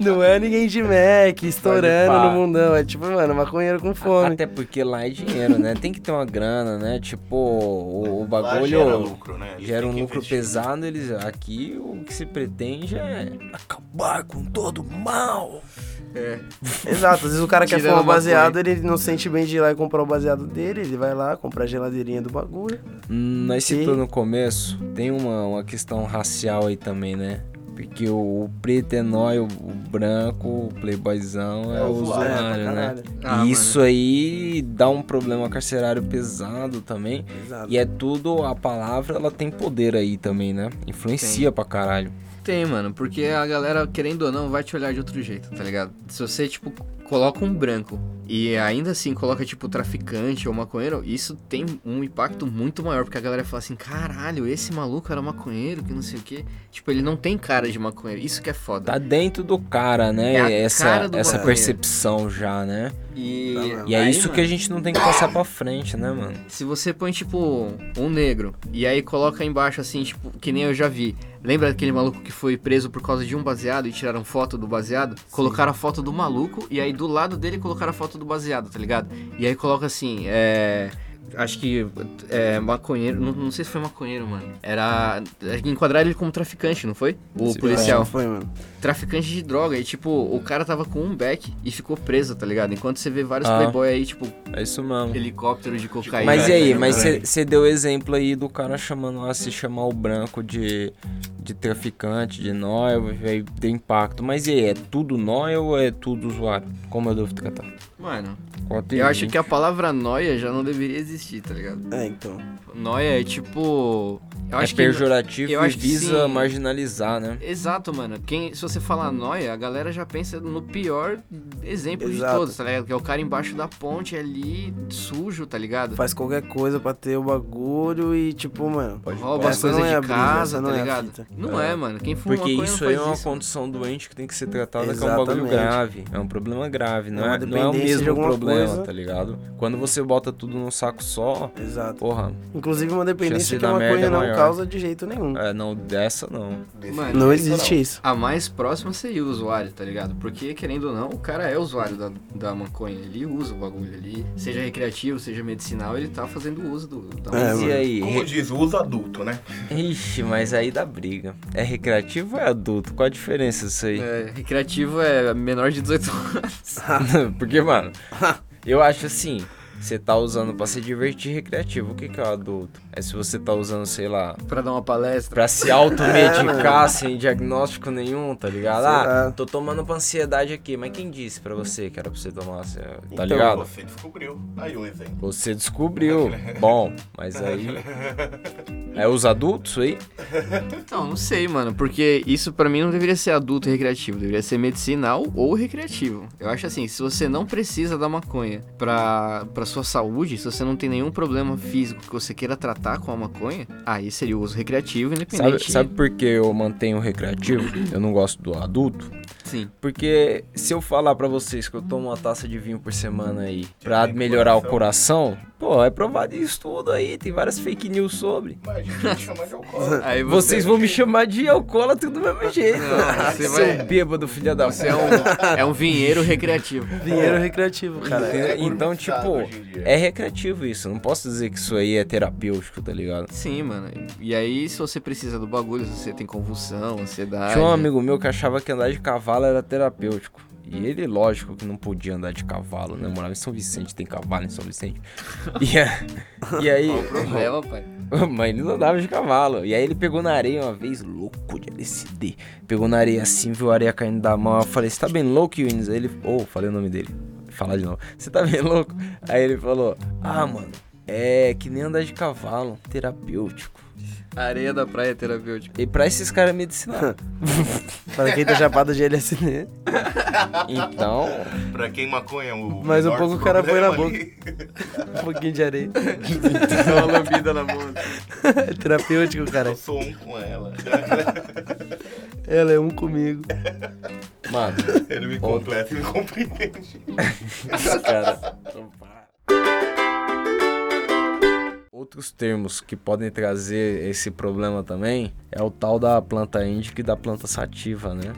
Speaker 6: não é ninguém de Mac, estourando
Speaker 2: Pode pá.
Speaker 6: no mundão. É tipo, mano, maconheiro com fome.
Speaker 2: Até porque lá é dinheiro, né? Tem que ter uma grana, né? Tipo, o, o
Speaker 5: Lá gera
Speaker 2: bagulho
Speaker 5: lucro, né? Eles
Speaker 2: gera
Speaker 5: têm
Speaker 2: um
Speaker 5: que
Speaker 2: lucro
Speaker 5: investir.
Speaker 2: pesado, eles aqui o que se pretende é acabar com todo o mal.
Speaker 4: É.
Speaker 6: *laughs* Exato, às vezes o cara quer
Speaker 4: Tirando
Speaker 6: fumar
Speaker 4: a maconha.
Speaker 6: baseado, ele não se sente bem de ir lá e comprar o baseado dele, ele vai lá, comprar a geladeirinha do bagulho.
Speaker 2: Hum, Nós
Speaker 6: Sim.
Speaker 2: citou no começo, tem uma, uma questão racial aí também, né? Porque o, o preto é nóis, o, o branco, o playboyzão é, o
Speaker 6: É, pra
Speaker 2: usuário, né?
Speaker 6: caralho.
Speaker 4: Ah,
Speaker 2: e isso aí dá um problema carcerário pesado também.
Speaker 6: Exato.
Speaker 2: E é tudo, a palavra, ela tem poder aí também, né? Influencia pra caralho.
Speaker 4: Tem, mano, porque a galera, querendo ou não, vai te olhar de outro jeito, tá ligado? Se você, tipo, coloca um branco e ainda assim coloca, tipo, traficante ou maconheiro, isso tem um impacto muito maior, porque a galera fala assim, caralho, esse maluco era maconheiro, que não sei o quê. Tipo, ele não tem cara de maconheiro, isso que é foda.
Speaker 2: Tá dentro do cara, né?
Speaker 4: É a
Speaker 2: essa
Speaker 4: cara do
Speaker 2: essa
Speaker 4: maconheiro.
Speaker 2: percepção já, né?
Speaker 4: E,
Speaker 6: Tá,
Speaker 2: E é isso
Speaker 4: mano,
Speaker 2: que a gente não tem que passar pra frente, né, mano?
Speaker 4: Se você põe, tipo, um negro e aí coloca aí embaixo, assim, tipo, que nem eu já vi. Lembra daquele maluco que foi preso por causa de um baseado e tiraram foto do baseado? Colocaram a foto do maluco e aí do lado dele colocaram a foto do baseado, tá ligado? E aí coloca assim, é. Acho que é maconheiro. Não, não sei se foi maconheiro, mano. Era. acho que Enquadraram ele como traficante, não foi? O
Speaker 2: Sim,
Speaker 4: policial
Speaker 6: Não foi, mano.
Speaker 4: traficante de droga. E, tipo, o cara tava com um beck e ficou preso, tá ligado? Enquanto você vê vários
Speaker 2: Ah.
Speaker 4: playboy aí, tipo,
Speaker 2: É isso mesmo.
Speaker 4: helicóptero de cocaína.
Speaker 2: Mas e
Speaker 4: tá
Speaker 2: aí,
Speaker 4: ligado?
Speaker 2: mas você deu exemplo aí do cara chamando lá, se chamar o branco de, de traficante, de noivo, aí deu impacto. Mas e aí, é tudo nóia ou é tudo usuário? Como eu devo tratar?
Speaker 4: Mano,
Speaker 2: Qual a tua
Speaker 4: eu acho
Speaker 2: linha?
Speaker 4: que a palavra noia já não deveria existir, tá ligado?
Speaker 6: É, então.
Speaker 4: Noia é tipo. Eu
Speaker 2: é
Speaker 4: acho que.
Speaker 2: pejorativo
Speaker 4: eu
Speaker 2: e
Speaker 4: acho que
Speaker 2: visa
Speaker 4: sim.
Speaker 2: marginalizar, né?
Speaker 4: Exato, mano. Quem, se você falar noia, a galera já pensa no pior exemplo
Speaker 6: Exato.
Speaker 4: de todos, tá ligado? Que é o cara embaixo da ponte ali, sujo, tá ligado?
Speaker 6: Faz qualquer coisa pra ter o bagulho e, tipo, mano.
Speaker 4: Rouba as
Speaker 6: Essa
Speaker 4: coisas
Speaker 6: não é a
Speaker 4: de
Speaker 6: brisa,
Speaker 4: casa,
Speaker 6: essa não
Speaker 4: tá
Speaker 6: é a
Speaker 4: ligado?
Speaker 6: fita.
Speaker 4: Não é, mano. Quem fuma
Speaker 2: Porque
Speaker 4: maconha
Speaker 2: isso
Speaker 4: não
Speaker 2: aí é
Speaker 4: faz
Speaker 2: uma
Speaker 4: isso.
Speaker 2: condição doente que tem que ser tratada, que é um bagulho
Speaker 6: Exatamente.
Speaker 2: grave. É um problema grave, não
Speaker 6: É uma
Speaker 2: é, não é o
Speaker 6: dependência de
Speaker 2: mesmo
Speaker 6: alguma
Speaker 2: problema,
Speaker 6: coisa.
Speaker 2: tá ligado? Quando você bota tudo num saco só,
Speaker 6: Exato.
Speaker 2: porra,
Speaker 6: Inclusive uma
Speaker 2: Chance
Speaker 6: dependência que
Speaker 2: da
Speaker 6: uma
Speaker 2: merda
Speaker 6: coisa
Speaker 2: é
Speaker 6: não
Speaker 2: maior.
Speaker 6: causa de jeito nenhum.
Speaker 2: é, não, dessa não.
Speaker 5: Desse
Speaker 4: Mano, é
Speaker 5: jeito,
Speaker 6: Não existe isso.
Speaker 4: A mais próxima seria o usuário, tá ligado? Porque, querendo ou não, o cara é usuário da, da maconha. Ele usa o bagulho ali. Seja recreativo, seja medicinal, ele tá fazendo uso do, da
Speaker 2: Mas
Speaker 6: É,
Speaker 2: e
Speaker 4: maconha.
Speaker 6: mano.
Speaker 2: aí?
Speaker 5: Como diz, uso adulto, né?
Speaker 2: Ixi, mas aí dá briga. É recreativo ou é adulto? Qual a diferença disso aí?
Speaker 4: É, recreativo é menor de *laughs* 18 anos.
Speaker 2: *laughs* Porque, mano, eu acho assim, você tá usando pra se divertir recreativo. O que que é o adulto? É se você tá usando, sei lá,
Speaker 4: pra dar uma palestra.
Speaker 2: pra
Speaker 6: *laughs* É,
Speaker 2: se automedicar sem diagnóstico nenhum, tá ligado?
Speaker 6: né? Sei
Speaker 2: ah,
Speaker 6: lá.
Speaker 2: tô tomando pra ansiedade aqui, mas quem disse pra você que era pra você tomar? Você- Tá
Speaker 6: Então,
Speaker 2: ligado?
Speaker 5: Você descobriu. Aí um exemplo.
Speaker 2: Você descobriu. Bom, mas aí. É os adultos isso aí?
Speaker 4: Então, não sei, mano. Porque isso pra mim não deveria ser adulto e recreativo. Deveria ser medicinal ou recreativo. Eu acho assim, se você não precisa da maconha pra, pra sua saúde, se você não tem nenhum problema físico que você queira tratar com a maconha, aí seria o uso recreativo,
Speaker 2: Sabe,
Speaker 4: independente.
Speaker 2: sabe por que eu mantenho o recreativo? Eu não gosto do adulto?
Speaker 4: Sim.
Speaker 2: Porque se eu falar pra vocês que eu tomo uma taça de vinho por semana aí
Speaker 5: Já
Speaker 2: pra
Speaker 5: tem
Speaker 2: melhorar o
Speaker 5: coração.
Speaker 2: coração, Pô, é provado em estudo aí, tem várias fake news sobre.
Speaker 5: Mas a gente vai chamar de alcoólatra.
Speaker 4: Aí você,
Speaker 2: Vocês vão
Speaker 4: *laughs*
Speaker 2: me chamar de alcoólatra do mesmo jeito.
Speaker 4: Não, você
Speaker 2: Seu
Speaker 4: vai-
Speaker 2: bêbado, filha da
Speaker 4: você é um, é um vinheiro recreativo.
Speaker 6: Dinheiro recreativo, *laughs* cara. é,
Speaker 2: Entendeu? Então,
Speaker 5: gourmetizado
Speaker 2: tipo,
Speaker 5: hoje em dia.
Speaker 2: é recreativo isso. Não posso dizer que isso aí é terapêutico, tá ligado?
Speaker 4: Sim, mano. E aí, se você precisa do bagulho, se você tem convulsão, ansiedade.
Speaker 2: Tinha um
Speaker 4: *laughs*
Speaker 2: amigo meu que achava que andar de cavalo era terapêutico. E ele, lógico, que não podia andar de cavalo, né? Morava em São Vicente, tem cavalo em São Vicente. E, a- e aí.
Speaker 4: Qual o problema, pai?
Speaker 2: *laughs* Mas ele não andava de cavalo. E aí ele pegou na areia uma vez, louco de LSD. Pegou na areia assim, viu a areia caindo da mão. Eu falei, você tá bem louco, Yunis? Aí ele, ô, falei o nome dele. Vou Falar de novo. Você tá bem louco? Aí ele falou, ah, mano, é que nem andar de cavalo, terapêutico.
Speaker 4: Areia da praia é terapêutica.
Speaker 2: E pra esses caras é medicinal.
Speaker 6: Para quem tá chapado de LSD.
Speaker 2: Então,
Speaker 5: Pra quem maconha o.
Speaker 6: é- Mas um
Speaker 5: menor
Speaker 6: pouco o cara põe na
Speaker 5: problema ali.
Speaker 6: Um pouquinho de areia.
Speaker 2: Então,
Speaker 4: Dá uma lambida na mão.
Speaker 6: É *laughs* terapêutico, cara.
Speaker 5: Eu sou um com ela. *laughs*
Speaker 6: Ela é um comigo.
Speaker 2: mano,
Speaker 5: Ele me completa e me compreende.
Speaker 2: esse cara. então Outros termos que podem trazer esse problema também é o tal da planta índica e da planta sativa, né?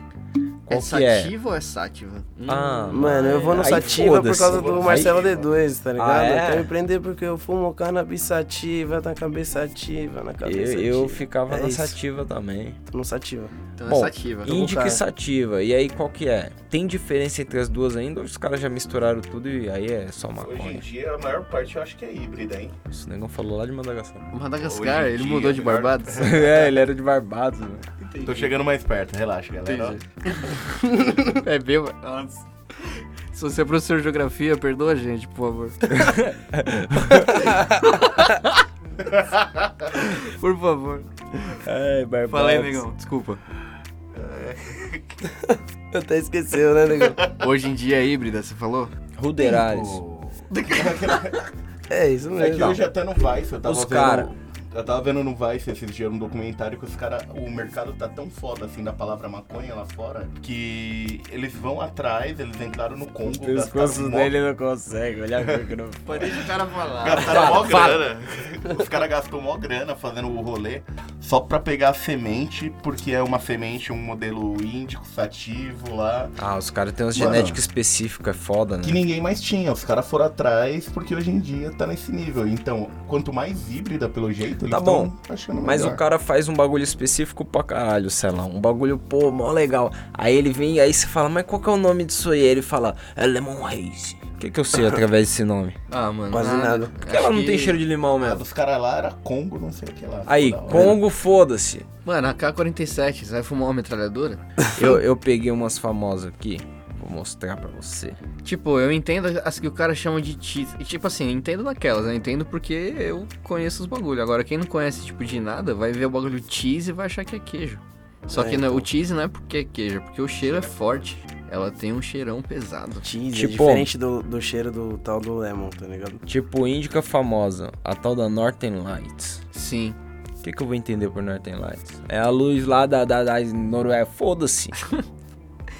Speaker 2: Qual
Speaker 4: É
Speaker 2: que é?
Speaker 4: sativa ou é sátiva? Hum,
Speaker 2: Ah,
Speaker 6: Mano, eu vou no
Speaker 2: Aí
Speaker 6: Sativa por
Speaker 2: foda-se.
Speaker 6: causa do
Speaker 2: Aí-
Speaker 6: Marcelo D2, tá ligado?
Speaker 2: Ah, é?
Speaker 6: Eu quero me prender porque eu fumo cannabis sativa, na cabeça ativa, na cabeça
Speaker 2: Eu, eu
Speaker 6: ativa.
Speaker 2: ficava
Speaker 6: É
Speaker 2: na
Speaker 6: isso.
Speaker 2: sativa também.
Speaker 6: Tô no Sativa.
Speaker 4: então
Speaker 2: bom,
Speaker 4: é sativa.
Speaker 6: Então,
Speaker 2: Índica
Speaker 6: cara.
Speaker 2: e sativa. E aí, qual que é? Tem diferença entre as duas ainda ou os caras já misturaram tudo e aí é só
Speaker 5: Hoje em
Speaker 2: maconha?
Speaker 5: dia, a maior parte eu acho que é híbrida, hein?
Speaker 2: Esse negão falou lá de
Speaker 4: *laughs*
Speaker 2: Madagascar.
Speaker 4: Madagascar,
Speaker 5: Hoje em
Speaker 4: ele
Speaker 5: dia,
Speaker 4: mudou de
Speaker 5: melhor-
Speaker 4: *laughs* Barbados?
Speaker 2: é, ele era de Barbados, né?
Speaker 5: Tô chegando mais perto, relaxa, galera.
Speaker 4: Entendi. é bêbado. Nossa. Se você é professor de geografia, perdoa a gente, por *laughs* favor. por favor.
Speaker 2: É, Barbados.
Speaker 4: Fala aí, negão. Desculpa.
Speaker 6: Eu até esqueceu, né,
Speaker 2: *laughs*
Speaker 6: negão?
Speaker 4: Hoje em dia é híbrida, você falou?
Speaker 2: Ruderales.
Speaker 5: Pô.
Speaker 6: É isso
Speaker 5: É que
Speaker 6: mesmo.
Speaker 5: hoje até no Vice, eu tava
Speaker 2: Os
Speaker 5: vendo...
Speaker 2: cara.
Speaker 5: Eu tava vendo no Vice esses dias um documentário que os caras... O mercado tá tão foda, assim, da palavra maconha lá fora, que eles vão atrás, eles entraram no Congo,
Speaker 2: tá
Speaker 5: gastaram mó
Speaker 2: não consegue, olha que não.
Speaker 4: Deixa o cara falar.
Speaker 5: Gastaram mó
Speaker 2: Ah, Fala,
Speaker 5: grana. Os caras gastou mó grana fazendo o rolê só pra pegar a semente, porque é uma semente, um modelo índico, sativo lá,
Speaker 2: Ah, os caras têm umas
Speaker 5: Mano.
Speaker 2: genéticas específicas, é foda, né?
Speaker 5: que ninguém mais tinha. Os caras foram atrás, porque hoje em dia tá nesse nível. Então, quanto mais híbrida, pelo jeito, eles
Speaker 2: Tá
Speaker 5: tão
Speaker 2: bom,
Speaker 5: achando
Speaker 2: Mas
Speaker 5: melhor.
Speaker 2: o cara faz um bagulho específico pra caralho, sei lá, um bagulho, pô, mó legal. Aí ele vem, aí você fala, mas qual que é o nome disso aí? Aí Ele fala, é Lemon Haze. O que, que eu sei através desse nome? *laughs*
Speaker 4: Ah, mano.
Speaker 6: Quase nada.
Speaker 2: Por que ela não
Speaker 4: Acho
Speaker 2: tem
Speaker 4: que-
Speaker 2: cheiro de limão
Speaker 5: Ah,
Speaker 2: mesmo?
Speaker 5: dos caras lá era Congo, não sei o que lá.
Speaker 2: Aí,
Speaker 5: Toda hora.
Speaker 2: Congo, *laughs* foda-se.
Speaker 4: Mano, AK-47, você vai fumar uma metralhadora?
Speaker 2: Eu, eu peguei umas famosas aqui, vou mostrar pra você.
Speaker 4: Tipo, eu entendo as que o cara chama de cheat. e, Tipo assim, eu entendo naquelas, eu entendo porque eu conheço os bagulho. Agora, quem não conhece, tipo, de nada, vai ver o bagulho cheese e vai achar que é queijo. Só
Speaker 6: É,
Speaker 4: que não,
Speaker 6: então.
Speaker 4: o cheese não é porque é queijo, é porque o cheiro é forte. Ela tem um cheirão pesado.
Speaker 6: Cheese,
Speaker 2: Tipo-
Speaker 6: é diferente do, do cheiro do tal do lemon, tá ligado?
Speaker 2: Tipo, Índica famosa, a tal da Northern Lights.
Speaker 4: Sim.
Speaker 2: O que, que eu vou entender por Northern Lights? É a luz lá da, da, da Noruega, foda-se.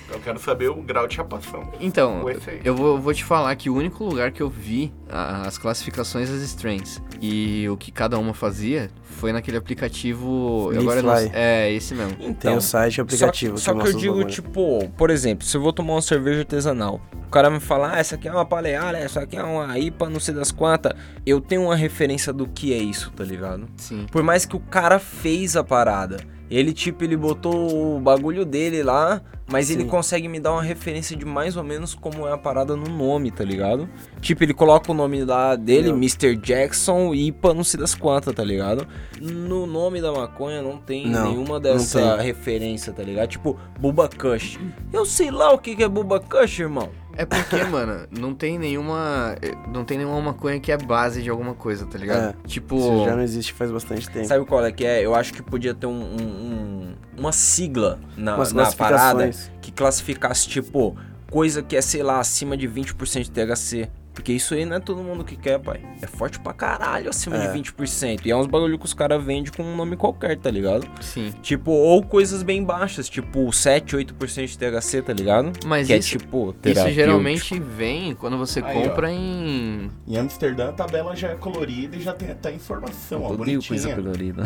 Speaker 5: Eu quero saber o grau de chapação.
Speaker 4: Então,
Speaker 5: O efeito.
Speaker 4: eu vou, eu vou te falar que o único lugar que eu vi a- as classificações das strains e o que cada uma fazia foi naquele aplicativo. eu agora não
Speaker 6: Leafly.
Speaker 4: sei- É, esse mesmo.
Speaker 6: Tem
Speaker 2: Então,
Speaker 6: o site e o aplicativo
Speaker 2: Só que, só que
Speaker 6: mostra
Speaker 2: eu
Speaker 6: os
Speaker 2: digo,
Speaker 6: bagulho.
Speaker 2: tipo, por exemplo, se eu vou tomar uma cerveja artesanal, o cara me fala, ah, essa aqui é uma paleária, essa aqui é uma IPA, não sei das quantas. Eu tenho uma referência do que é isso, tá ligado?
Speaker 4: Sim.
Speaker 2: Por mais que o cara fez a parada, ele, tipo, ele botou o bagulho dele lá, mas ele
Speaker 6: Sim.
Speaker 2: consegue me dar uma referência de mais ou menos como é a parada no nome, tá ligado? Tipo, ele coloca o nome lá dele,
Speaker 6: Eu-
Speaker 2: Mr. Jackson, IPA, não sei das quantas, tá ligado? No nome da maconha não tem
Speaker 6: Não,
Speaker 2: nenhuma
Speaker 6: não
Speaker 2: dessa
Speaker 6: tem.
Speaker 2: referência, tá ligado? Tipo, Bubba Kush. Eu sei lá o que que é Bubba Kush, irmão.
Speaker 4: É
Speaker 6: *laughs*
Speaker 4: porque, mano, não tem nenhuma. eh, Não tem nenhuma maconha que é base de alguma coisa, tá ligado? tipo.
Speaker 6: É, Isso já não existe faz bastante tempo.
Speaker 2: Sabe qual é que é? Eu acho que podia ter um, um- um- uma sigla na,
Speaker 6: Umas
Speaker 2: na parada
Speaker 6: classificações.
Speaker 2: que classificasse, tipo, coisa que é, sei lá, acima de 20% de THC. Porque isso aí não é todo mundo que quer, pai. É forte pra caralho acima de 20%. E é uns bagulho que os caras vendem com um nome qualquer, tá ligado?
Speaker 6: é
Speaker 4: Sim.
Speaker 2: Tipo, ou coisas bem baixas, tipo 7, 8% de THC, tá ligado?
Speaker 4: Mas
Speaker 2: que
Speaker 4: isso-
Speaker 2: é tipo
Speaker 4: Isso
Speaker 2: terapêutico.
Speaker 4: geralmente vem quando você
Speaker 5: Aí,
Speaker 4: compra em.
Speaker 5: Em Amsterdã a tabela já é colorida e já tem até informação, ó,
Speaker 2: Odeio coisa
Speaker 5: bonitinha.
Speaker 2: colorida.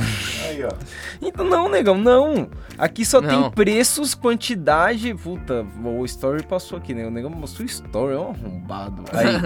Speaker 5: Aí, ó.
Speaker 2: Então, não, negão, não. Aqui só
Speaker 4: Não.
Speaker 2: tem preços, quantidade. Puta, o story passou aqui, né? O negão mostrou o story, é um arrombado. Aí.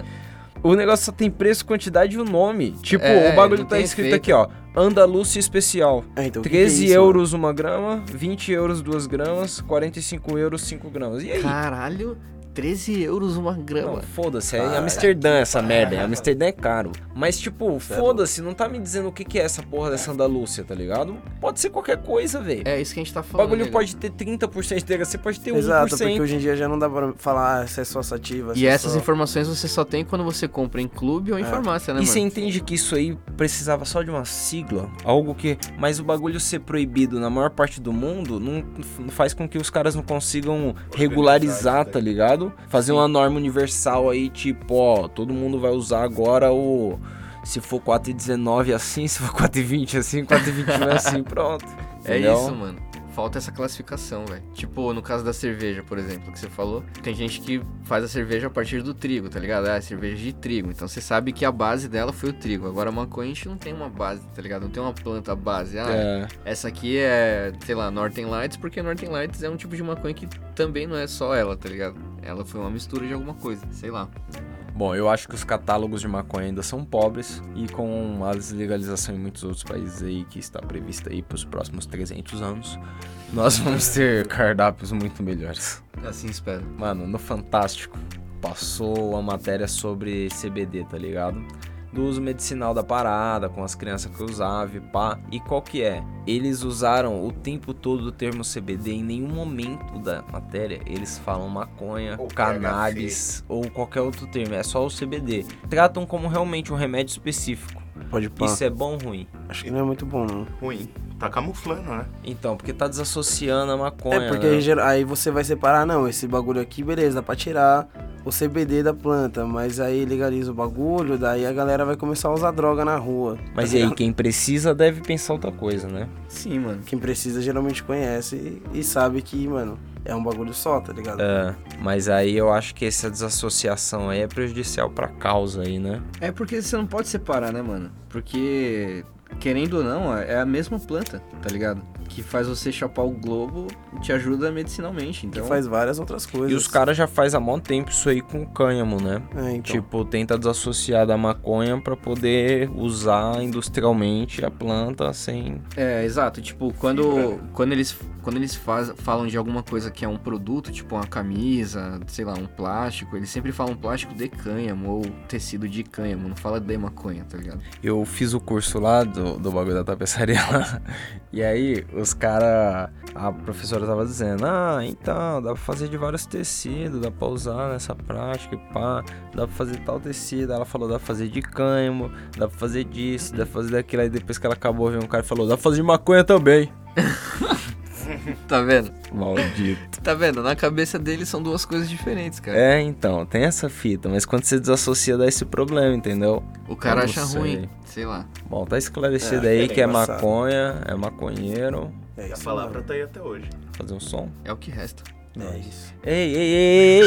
Speaker 2: O negócio só tem preço, quantidade e o nome. Tipo,
Speaker 4: É,
Speaker 2: o bagulho
Speaker 4: não
Speaker 2: tá
Speaker 4: tem
Speaker 2: escrito
Speaker 4: efeito.
Speaker 2: aqui, ó. Andalúcia Especial.
Speaker 6: É, então, o que que é
Speaker 2: 13
Speaker 6: isso,
Speaker 2: euros uma grama, 20 euros 2 gramas, 45 euros 5 gramas. E aí?
Speaker 4: Caralho, 13 euros uma
Speaker 2: Não,
Speaker 4: grama.
Speaker 2: foda-se, é em Amsterdã essa merda, em Amsterdã é caro. Mas, tipo, foda-se, não tá me dizendo o que que é essa porra dessa Andalúcia, tá ligado? Pode ser qualquer coisa, velho.
Speaker 4: É isso que a gente tá
Speaker 2: O
Speaker 4: falando.
Speaker 2: bagulho
Speaker 4: né,
Speaker 2: pode ter 30% de THC, pode ter
Speaker 6: mano? Exato,
Speaker 2: 1%.
Speaker 6: porque hoje em dia já não dá pra falar ah, se é só sativa.
Speaker 4: E essas informações você só tem quando você compra em clube ou em
Speaker 6: É.
Speaker 4: farmácia, né,
Speaker 2: E
Speaker 4: mano?
Speaker 2: você entende que isso aí precisava só de uma sigla? Algo que. Mas o bagulho ser proibido na maior parte do mundo não não faz com que os caras não consigam regularizar,
Speaker 5: isso daí.
Speaker 2: tá ligado? Fazer uma norma universal aí, tipo, ó, todo mundo vai usar agora o. Se for 4,19 assim, *laughs* se for 4,20 assim, 4,21 assim, pronto.
Speaker 4: É
Speaker 2: Entendeu?
Speaker 4: isso, mano. Falta essa classificação, velho. Tipo, no caso da cerveja, por exemplo, que você falou, tem gente que faz a cerveja a partir do trigo, tá ligado? Ah, é cerveja de trigo. Então você sabe que a base dela foi o trigo. Agora a maconha a gente não tem uma base, tá ligado? Não tem uma planta base. Ah,
Speaker 2: É,
Speaker 4: essa aqui é, sei lá, Northern Lights, porque Northern Lights é um tipo de maconha que também não é só ela, tá ligado? Ela foi uma mistura de alguma coisa, sei lá.
Speaker 2: Bom, eu acho que os catálogos de maconha ainda são pobres e com a deslegalização em muitos outros países aí que está prevista aí para os próximos 300 anos, nós vamos ter *laughs* cardápios muito melhores.
Speaker 4: Assim espero.
Speaker 2: Mano, no Fantástico passou a matéria sobre CBD, tá ligado? Do uso medicinal da parada, com as crianças que usavam, e pá. E qual que é? Eles usaram o tempo todo o termo CBD, em nenhum momento da matéria eles falam maconha,
Speaker 5: Ou
Speaker 2: cannabis ou qualquer outro termo, é só o CBD. Tratam como realmente um remédio específico.
Speaker 6: Pode pá.
Speaker 2: Isso é bom ou ruim?
Speaker 6: Acho que não é muito bom, não.
Speaker 5: Ruim. Tá camuflando, né?
Speaker 2: Então, porque tá desassociando a maconha.
Speaker 6: É, porque
Speaker 2: né?
Speaker 6: aí, gera- aí você vai separar, não, esse bagulho aqui, beleza, dá pra tirar o CBD da planta, mas aí legaliza o bagulho, daí a galera vai começar a usar droga na rua. Tá
Speaker 2: Mas e aí, quem precisa deve pensar outra coisa, né?
Speaker 4: Sim, mano.
Speaker 6: Quem precisa geralmente conhece e, e sabe que, mano, é um bagulho só, tá ligado?
Speaker 2: É. Mas aí eu acho que essa desassociação aí é prejudicial pra causa aí, né?
Speaker 4: É porque você não pode separar, né, mano? Porque, querendo ou não, é a mesma planta, tá ligado? Que faz você chapar o globo e te ajuda medicinalmente.
Speaker 6: que
Speaker 4: Então,
Speaker 6: faz várias outras coisas.
Speaker 2: E os caras já faz há muito tempo isso aí com o cânhamo, né?
Speaker 6: É, então.
Speaker 2: Tipo, tenta desassociar da maconha pra poder usar industrialmente a planta sem...
Speaker 4: É, exato. Tipo, quando, quando eles, quando eles faz, falam de alguma coisa que é um produto, tipo uma camisa, sei lá, um plástico, eles sempre falam plástico de cânhamo ou tecido de cânhamo, não fala de maconha, tá ligado?
Speaker 2: Eu fiz o curso lá do, do bagulho da tapeçaria lá. *laughs* E aí, os caras. A professora tava dizendo: Ah, então, dá pra fazer de vários tecidos, dá pra usar nessa prática, e pá, dá pra fazer tal tecido. Ela falou: dá pra fazer de cânimo, dá pra fazer disso, dá pra fazer daquilo. Aí depois que ela acabou, veio um cara e falou: dá pra fazer de maconha também.
Speaker 4: Tá vendo?
Speaker 2: Maldito.
Speaker 4: Tá vendo? Na cabeça deles são duas coisas diferentes, cara.
Speaker 2: *laughs* É, então, tem essa fita, mas quando você desassocia, dá esse problema, entendeu?
Speaker 4: O cara
Speaker 2: Eu
Speaker 4: acha
Speaker 2: não sei.
Speaker 4: ruim, sei lá.
Speaker 2: Bom, tá esclarecido
Speaker 6: É,
Speaker 2: aí
Speaker 6: é
Speaker 2: que é
Speaker 6: embaçado.
Speaker 2: maconha, é maconheiro.
Speaker 6: é
Speaker 5: a
Speaker 6: isso,
Speaker 5: palavra tá aí até hoje.
Speaker 2: Fazer um som.
Speaker 4: É o que resta.
Speaker 6: mano. É isso.
Speaker 2: Ei, ei, ei, ei,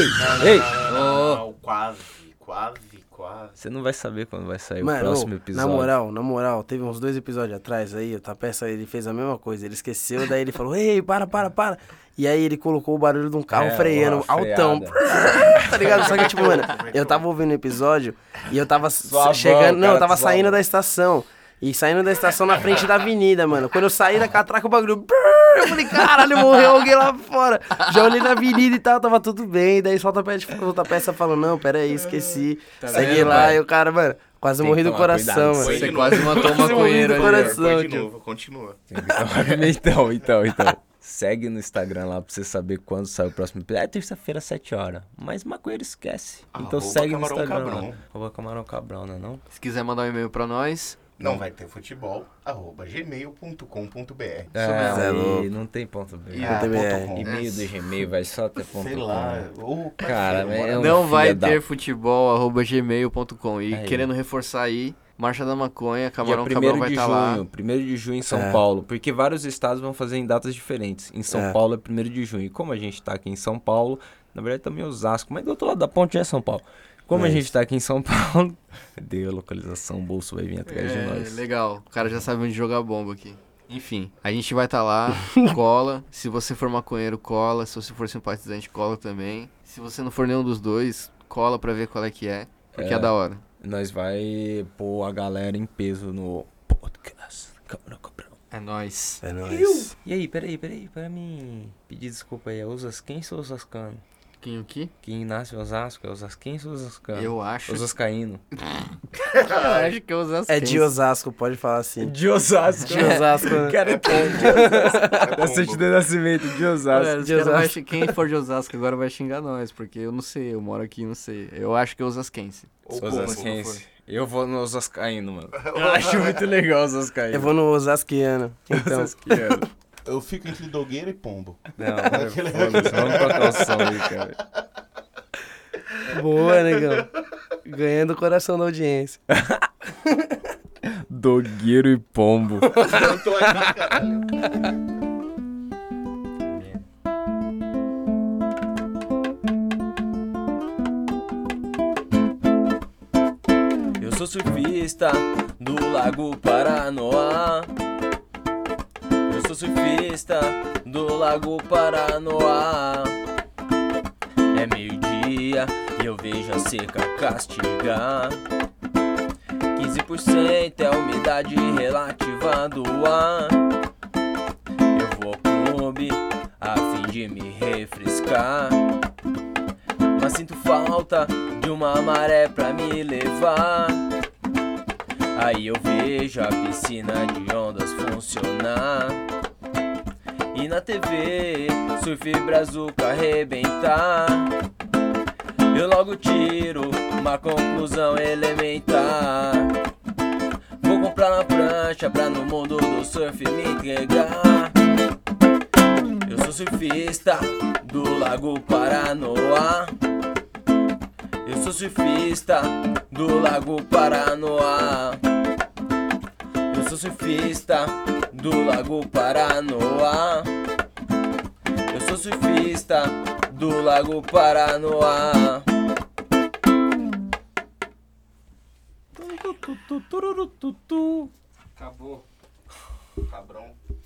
Speaker 2: ei! ei.
Speaker 4: Ô.
Speaker 5: não, quase, quase, quase.
Speaker 2: Você não vai saber quando vai sair o
Speaker 6: Mano,
Speaker 2: próximo
Speaker 6: ô,
Speaker 2: episódio.
Speaker 6: na moral, na moral, teve uns dois episódios atrás aí, o Tapeça, ele fez a mesma coisa, ele esqueceu, daí ele falou, ei, para, para, para. E aí ele colocou o barulho de um carro
Speaker 2: É,
Speaker 6: freando,
Speaker 2: uma freada.
Speaker 6: altão, tá ligado? Só que,
Speaker 2: *laughs*
Speaker 6: tipo, mano, eu tava ouvindo o episódio e eu tava s-
Speaker 2: Suavão,
Speaker 6: chegando, não, eu
Speaker 2: cara,
Speaker 6: tava
Speaker 2: suavão.
Speaker 6: saindo da estação. E saindo da estação na frente da avenida, mano. Quando eu saí da catraca, o bagulho. brrr, Eu falei, caralho, morreu alguém lá fora. Já olhei na avenida e tal, tava tudo bem. Daí solta a peça, tipo, solta a peça falando, não, pera aí, esqueci.
Speaker 2: Tá
Speaker 6: Segui
Speaker 4: vendo,
Speaker 6: lá,
Speaker 4: pai?
Speaker 6: e o cara, mano, quase morri do
Speaker 2: tomar cuidado,
Speaker 6: coração, mano.
Speaker 5: Foi
Speaker 4: Você
Speaker 5: de
Speaker 4: quase
Speaker 5: novo.
Speaker 4: matou um
Speaker 5: Quase morri
Speaker 4: maconheiro
Speaker 6: do
Speaker 4: ali.
Speaker 6: coração.
Speaker 4: velho.
Speaker 5: Foi de
Speaker 6: tio.
Speaker 5: novo, continua.
Speaker 2: *laughs* então, então, então. Segue no Instagram lá pra você saber quando sai o próximo episódio. É terça-feira, 7 horas. Mas maconheiro esquece. Então
Speaker 5: Arroba
Speaker 2: segue no
Speaker 5: Camarão
Speaker 2: Instagram.
Speaker 5: Cabrão.
Speaker 2: lá. Arroba Camarão Cabrão, não é não?
Speaker 4: Se quiser mandar um e-mail pra nós,
Speaker 5: Não vai ter futebol, arroba gmail.com.br.
Speaker 2: É,
Speaker 6: Cê é
Speaker 2: e
Speaker 6: louco.
Speaker 2: não tem ponto B.
Speaker 5: E
Speaker 6: Ah,
Speaker 5: o ponto
Speaker 6: ponto
Speaker 5: com.
Speaker 2: E-mail do Gmail vai só ter ponto
Speaker 5: Sei
Speaker 2: com. né?
Speaker 5: lá. Ô,
Speaker 2: Cara,
Speaker 5: parceiro,
Speaker 2: é um
Speaker 5: bora-
Speaker 4: Não vai
Speaker 2: filho da-
Speaker 4: ter futebol, arroba gmail.com. E
Speaker 2: Aí.
Speaker 4: querendo reforçar aí, Marcha da Maconha, Camarão
Speaker 2: Dia
Speaker 4: Cabrão
Speaker 2: 1
Speaker 4: Tá vai
Speaker 2: é de
Speaker 4: estar
Speaker 2: junho,
Speaker 4: lá.
Speaker 2: 1 de junho em São
Speaker 6: É.
Speaker 2: Paulo, porque vários estados vão fazer em datas diferentes. Em São
Speaker 6: É.
Speaker 2: Paulo é 1 de junho. E como a gente tá aqui em São Paulo, na verdade também é Osasco, mas do outro lado da ponte já é São Paulo. Como
Speaker 6: É
Speaker 2: a gente tá aqui em São *laughs* Paulo, deu a localização, o bolso vai vir atrás de
Speaker 4: É,
Speaker 2: nós.
Speaker 4: legal, o cara já sabe onde jogar bomba aqui. Enfim, a gente vai estar
Speaker 2: *laughs*
Speaker 4: lá, cola. Se você for maconheiro, cola. Se você for simpatizante, cola também. Se você não for nenhum dos dois, cola pra ver qual é que é. Porque é, da hora.
Speaker 2: Nós vai pôr a galera em peso no podcast. Camarão Cabrão.
Speaker 4: É nóis.
Speaker 6: É nóis.
Speaker 2: E aí, peraí, peraí, pra mim pedir desculpa aí, é Osasquense ou Osascano?
Speaker 4: Quem o que?
Speaker 2: Quem nasce em Osasco é Osasquense ou Osascano?
Speaker 4: Eu acho.
Speaker 2: Osascaíno.
Speaker 4: Eu acho que eu uso as
Speaker 6: É de Osasco, pode falar assim.
Speaker 2: De Osasco.
Speaker 4: *laughs*
Speaker 6: De Osasco. né?
Speaker 2: Cara, é
Speaker 5: É
Speaker 2: da certidão de nascimento de
Speaker 4: É,
Speaker 2: Osasco.
Speaker 6: de Osasco.
Speaker 4: Quem for de Osasco agora vai xingar nós, porque eu não sei, eu moro aqui, não sei. Eu acho que é Osasquense.
Speaker 5: Ô, como?
Speaker 2: Osasquense. Eu vou no Osascaíno, mano. *laughs* Eu acho muito legal os Osascaíno.
Speaker 6: Eu vou no Osasquiano.
Speaker 2: *laughs*
Speaker 6: Então,
Speaker 2: Osasquiano.
Speaker 5: Eu fico entre dogueira e pombo.
Speaker 2: *laughs* Não, é foda-se. Vamos tocar o som aí, cara.
Speaker 6: boa, negão. Ganhando o coração da audiência.
Speaker 2: Dogueiro e pombo.
Speaker 5: Eu tô aqui, caralho.
Speaker 2: Eu sou surfista do Lago Paranoá. Eu sou surfista do Lago Paranoá. É meio-dia e eu vejo a seca castigar. 15% é a umidade relativa do ar. Eu vou ao clube a fim de me refrescar. Mas sinto falta de uma maré pra me levar. Aí eu vejo a piscina de ondas funcionar. E na TV, surf brazuca arrebentar. Eu logo tiro uma conclusão elementar. Vou comprar uma prancha pra no mundo do surf me entregar. Eu sou surfista do Lago Paranoá. Eu sou surfista do Lago Paranoá. Eu sou surfista do Lago Paranoá. Eu sou surfista do Lago Paranoá.
Speaker 4: Acabou.
Speaker 5: Cabrão.